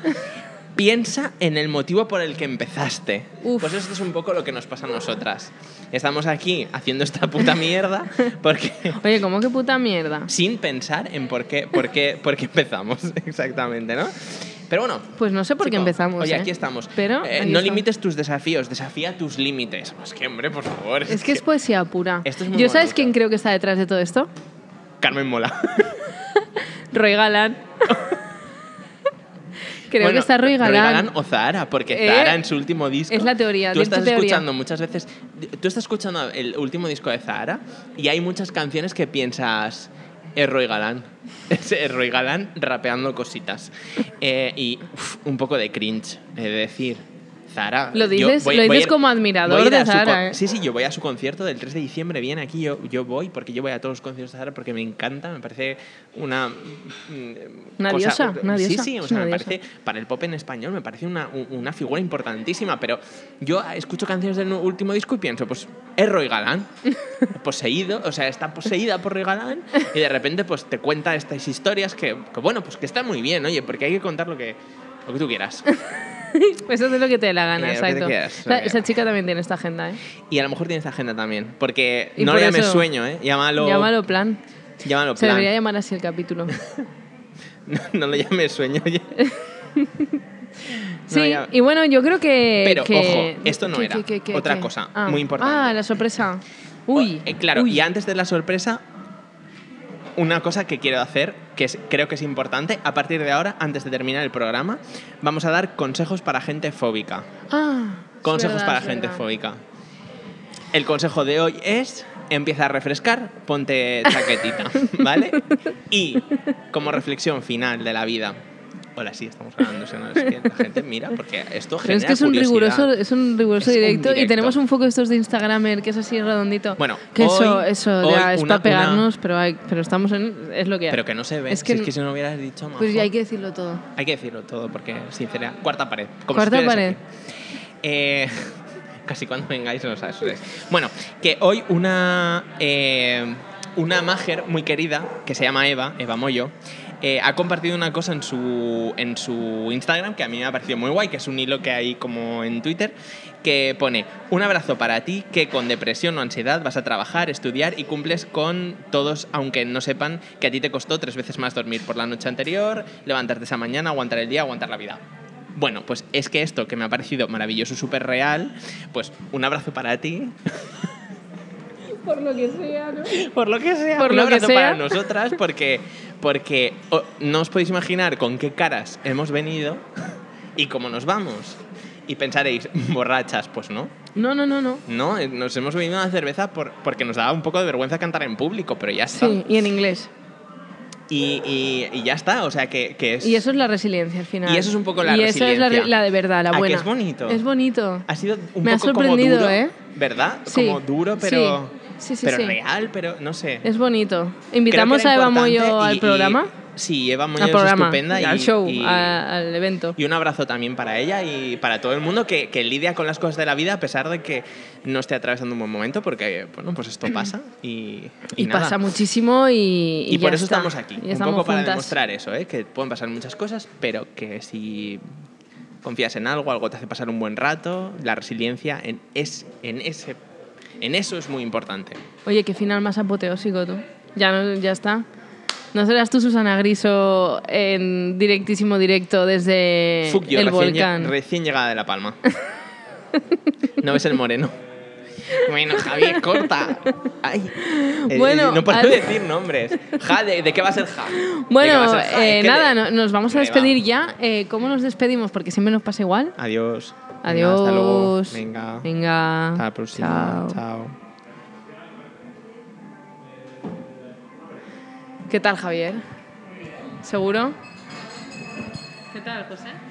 A: piensa en el motivo por el que empezaste.
B: Uf.
A: Pues esto es un poco lo que nos pasa a nosotras. Estamos aquí haciendo esta puta mierda porque
B: Oye, ¿cómo que puta mierda?
A: sin pensar en por qué, por qué, por qué empezamos exactamente, ¿no? Pero bueno,
B: Pues no sé por qué
A: Chico,
B: empezamos.
A: Oye,
B: ¿eh?
A: aquí estamos. Eh,
B: Pero aquí
A: no
B: estamos.
A: limites tus desafíos, desafía tus límites. Es que, hombre, por favor.
B: Es que es poesía pura.
A: Esto es muy
B: ¿Yo sabes
A: bonito.
B: quién creo que está detrás de todo esto?
A: Carmen Mola.
B: Roy Galán. creo que
A: Bueno,
B: está Roy Galán.
A: o Zara, porque
B: Eh,
A: Zara en su último disco.
B: es la teoría,
A: Tú
B: tiene su
A: estás
B: teoría.
A: escuchando muchas veces. Tú estás escuchando el último disco de Zara y hay muchas canciones que piensas. Es Roy Galán. Es es Roy Galán rapeando cositas. Eh, y uf, un poco de cringe. Es decir, Zara.
B: Lo
A: yo
B: dices-
A: voy-
B: lo
A: voy a
B: dices como admirador
A: voy a ir
B: de
A: a su
B: Zara,
A: con-
B: eh.
A: Sí, sí, yo voy a su concierto del 3 de diciembre. Viene aquí, yo, yo voy, porque yo voy a todos los conciertos de Zara porque me encanta. Me parece una. mm,
B: Una diosa, una
A: Sí,
B: diosa,
A: sí, o
B: es
A: sea,
B: una
A: me
B: diosa.
A: parece para el pop en español me parece una, u- una figura importantísima, pero yo escucho canciones del nu- último disco y pienso, pues es Roy Galán, poseído, o sea, está poseída por Roy Galán y de repente pues te cuenta estas historias que, que, bueno, pues que están muy bien, oye, porque hay que contar lo que, lo que tú quieras.
B: Eso es de lo que te dé la gana,
A: Eh, lo que te
B: exacto.
A: quieras,
B: Esa-
A: ok.
B: Esa chica también tiene esta agenda, ¿eh?
A: Y a lo mejor tienes agenda también, porque
B: Y
A: no
B: por
A: le llames
B: eso-
A: sueño, ¿eh? Llámalo,
B: Llámalo plan.
A: llámalo
B: Se
A: plan.
B: debería llamar así el capítulo.
A: no, no lo llames sueño, oye.
B: Sí,
A: No, ya-
B: y bueno, yo creo que...
A: Pero,
B: que-
A: ojo, esto no era. Otra cosa
B: Ah.
A: muy importante.
B: Ah, la sorpresa. Uy.
A: O- eh, claro,
B: uy.
A: y antes de la sorpresa, una cosa que quiero hacer, que es- creo que es importante, a partir de ahora, antes de terminar el programa, vamos a dar consejos para gente fóbica.
B: Ah, es
A: Consejos
B: verdad,
A: para
B: es
A: gente
B: verdad.
A: fóbica. El consejo de hoy es, empieza a refrescar, ponte chaquetita, ¿vale? Y como reflexión final de la vida. Hola, sí, estamos hablando, si no es que la gente mira, porque esto
B: Pero
A: genera
B: es que es un
A: curiosidad.
B: riguroso, es un riguroso
A: Es un
B: directo, y
A: directo.
B: tenemos un foco estos de Instagramer que es así redondito.
A: Bueno,
B: que eso,
A: hoy-
B: eso
A: hoy
B: ya es
A: una-
B: para pegarnos, pero, hay- pero estamos en es lo que hay.
A: Pero que no se ve,
B: Es
A: si
B: que
A: es
B: no-
A: que si no hubieras dicho más.
B: pues ya hay que decirlo todo.
A: Hay que decirlo todo porque, sinceramente, cuarta pared. como
B: Cuarta
A: si
B: pared.
A: estuvieras aquí. Eh, casi cuando vengáis los asuréis. Bueno, que hoy una, eh, una mager muy querida que se llama Eva, Eva Moyo, eh, ha compartido una cosa en su, en su Instagram que a mí me ha parecido muy guay, que es un hilo que hay como en Twitter, que pone un abrazo para ti que con depresión o ansiedad vas a trabajar, estudiar y cumples con todos, aunque no sepan que a ti te costó tres veces más dormir por la noche anterior, levantarte esa mañana, aguantar el día, aguantar la vida. Bueno, pues es que esto que me ha parecido maravilloso, súper real, pues un abrazo para ti,
B: Por lo que sea, ¿no?
A: por lo que sea,
B: Por
A: un
B: lo que
A: abrazo
B: sea.
A: para nosotras, porque, porque o- no os podéis imaginar con qué caras hemos venido y cómo nos vamos. Y pensaréis, borrachas, pues no.
B: No, no, no, no.
A: No, eh, nos hemos bebido una cerveza por- porque nos daba un poco de vergüenza cantar en público, pero ya está.
B: Sí, y en inglés.
A: Y, y- y ya está, o sea que, que es...
B: Y eso es la resiliencia al final.
A: Y eso es un poco la
B: Y eso es la, re-
A: resiliencia.
B: la de verdad, la
A: Ah, que
B: buena.
A: es bonito. Ah.
B: Es bonito.
A: Ha sido un
B: Me ha
A: poco como
B: sorprendido,
A: duro,
B: ¿eh?
A: ¿Verdad?
B: Sí,
A: Como duro,
B: sí,
A: pero...
B: sí, sí,
A: pero
B: sí.
A: real, pero no sé.
B: Es bonito.
A: Creo que
B: Invitamos
A: era
B: a Eva
A: importante
B: Moyo
A: y-
B: al
A: y-
B: programa.
A: sí, Eva Moyo
B: Al
A: es
B: programa.
A: estupenda. Y,
B: al show,
A: y-
B: a- al evento.
A: y un abrazo también para ella y para todo el mundo que, que lidia con las cosas de la vida a pesar de que no esté atravesando un buen momento, porque, bueno, pues esto pasa y, y
B: Y,
A: nada.
B: pasa muchísimo y.
A: Y,
B: ya
A: por eso
B: está.
A: estamos aquí,
B: Y
A: un
B: estamos
A: poco para
B: juntas.
A: demostrar eso, ¿eh? que pueden pasar muchas cosas, pero que si confías en algo, algo te hace pasar un buen rato, la resiliencia en, es, en, ese, en eso es muy importante.
B: Oye, qué final más apoteósico tú. Ya, no- ya está. ¿No serás tú Susana Griso en directísimo directo desde
A: Fuck you,
B: el
A: recién,
B: volcán?
A: lle- recién llegada de La Palma. no ves el moreno. Bueno, Javier, corta. Ay. Eh,
B: Bueno,
A: no puedo
B: al-
A: decir nombres. Ja, ¿de, de qué va a ser Ja? ¿De qué va a
B: Bueno,
A: ser Ja?
B: eh,
A: Es que
B: nada,
A: de-
B: no- nos vamos a
A: Venga,
B: despedir
A: va.
B: ya. Eh, ¿Cómo nos despedimos? Porque siempre nos pasa igual.
A: Adiós. Venga,
B: Adiós.
A: hasta luego. Venga.
B: Venga.
A: Hasta la próxima.
B: Chao.
A: Chao.
B: ¿Qué tal, Javier? ¿Seguro? ¿Qué ¿Qué tal, José?